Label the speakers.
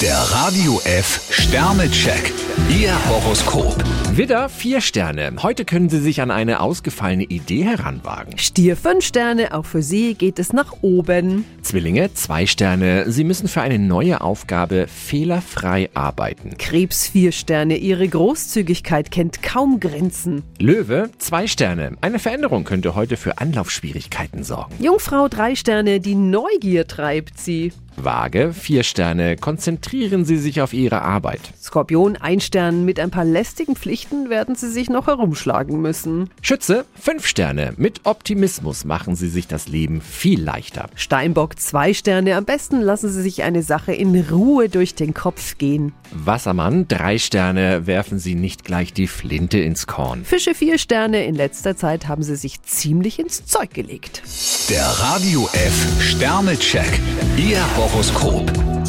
Speaker 1: Der Radio F Sternecheck. Ihr Horoskop.
Speaker 2: Widder, vier Sterne. Heute können Sie sich an eine ausgefallene Idee heranwagen.
Speaker 3: Stier 5 Sterne, auch für Sie geht es nach oben.
Speaker 2: Zwillinge, zwei Sterne. Sie müssen für eine neue Aufgabe fehlerfrei arbeiten.
Speaker 3: Krebs 4 Sterne, Ihre Großzügigkeit kennt kaum Grenzen.
Speaker 2: Löwe, zwei Sterne. Eine Veränderung könnte heute für Anlaufschwierigkeiten sorgen.
Speaker 3: Jungfrau 3 Sterne, die Neugier treibt Sie.
Speaker 2: Waage, vier Sterne. Konzentrieren Sie sich auf Ihre Arbeit.
Speaker 3: Skorpion 1 Stern, mit ein paar lästigen Pflichten werden Sie sich noch herumschlagen müssen.
Speaker 2: Schütze, fünf Sterne. Mit Optimismus machen Sie sich das Leben viel leichter.
Speaker 3: Steinbock 2 Sterne, am besten lassen Sie sich eine Sache in Ruhe durch den Kopf gehen.
Speaker 2: Wassermann, drei Sterne. Werfen Sie nicht gleich die Flinte ins Korn.
Speaker 3: Fische 4 Sterne, in letzter Zeit haben Sie sich ziemlich ins Zeug gelegt.
Speaker 1: Der Radio F Sternecheck. Ihr Horoskop.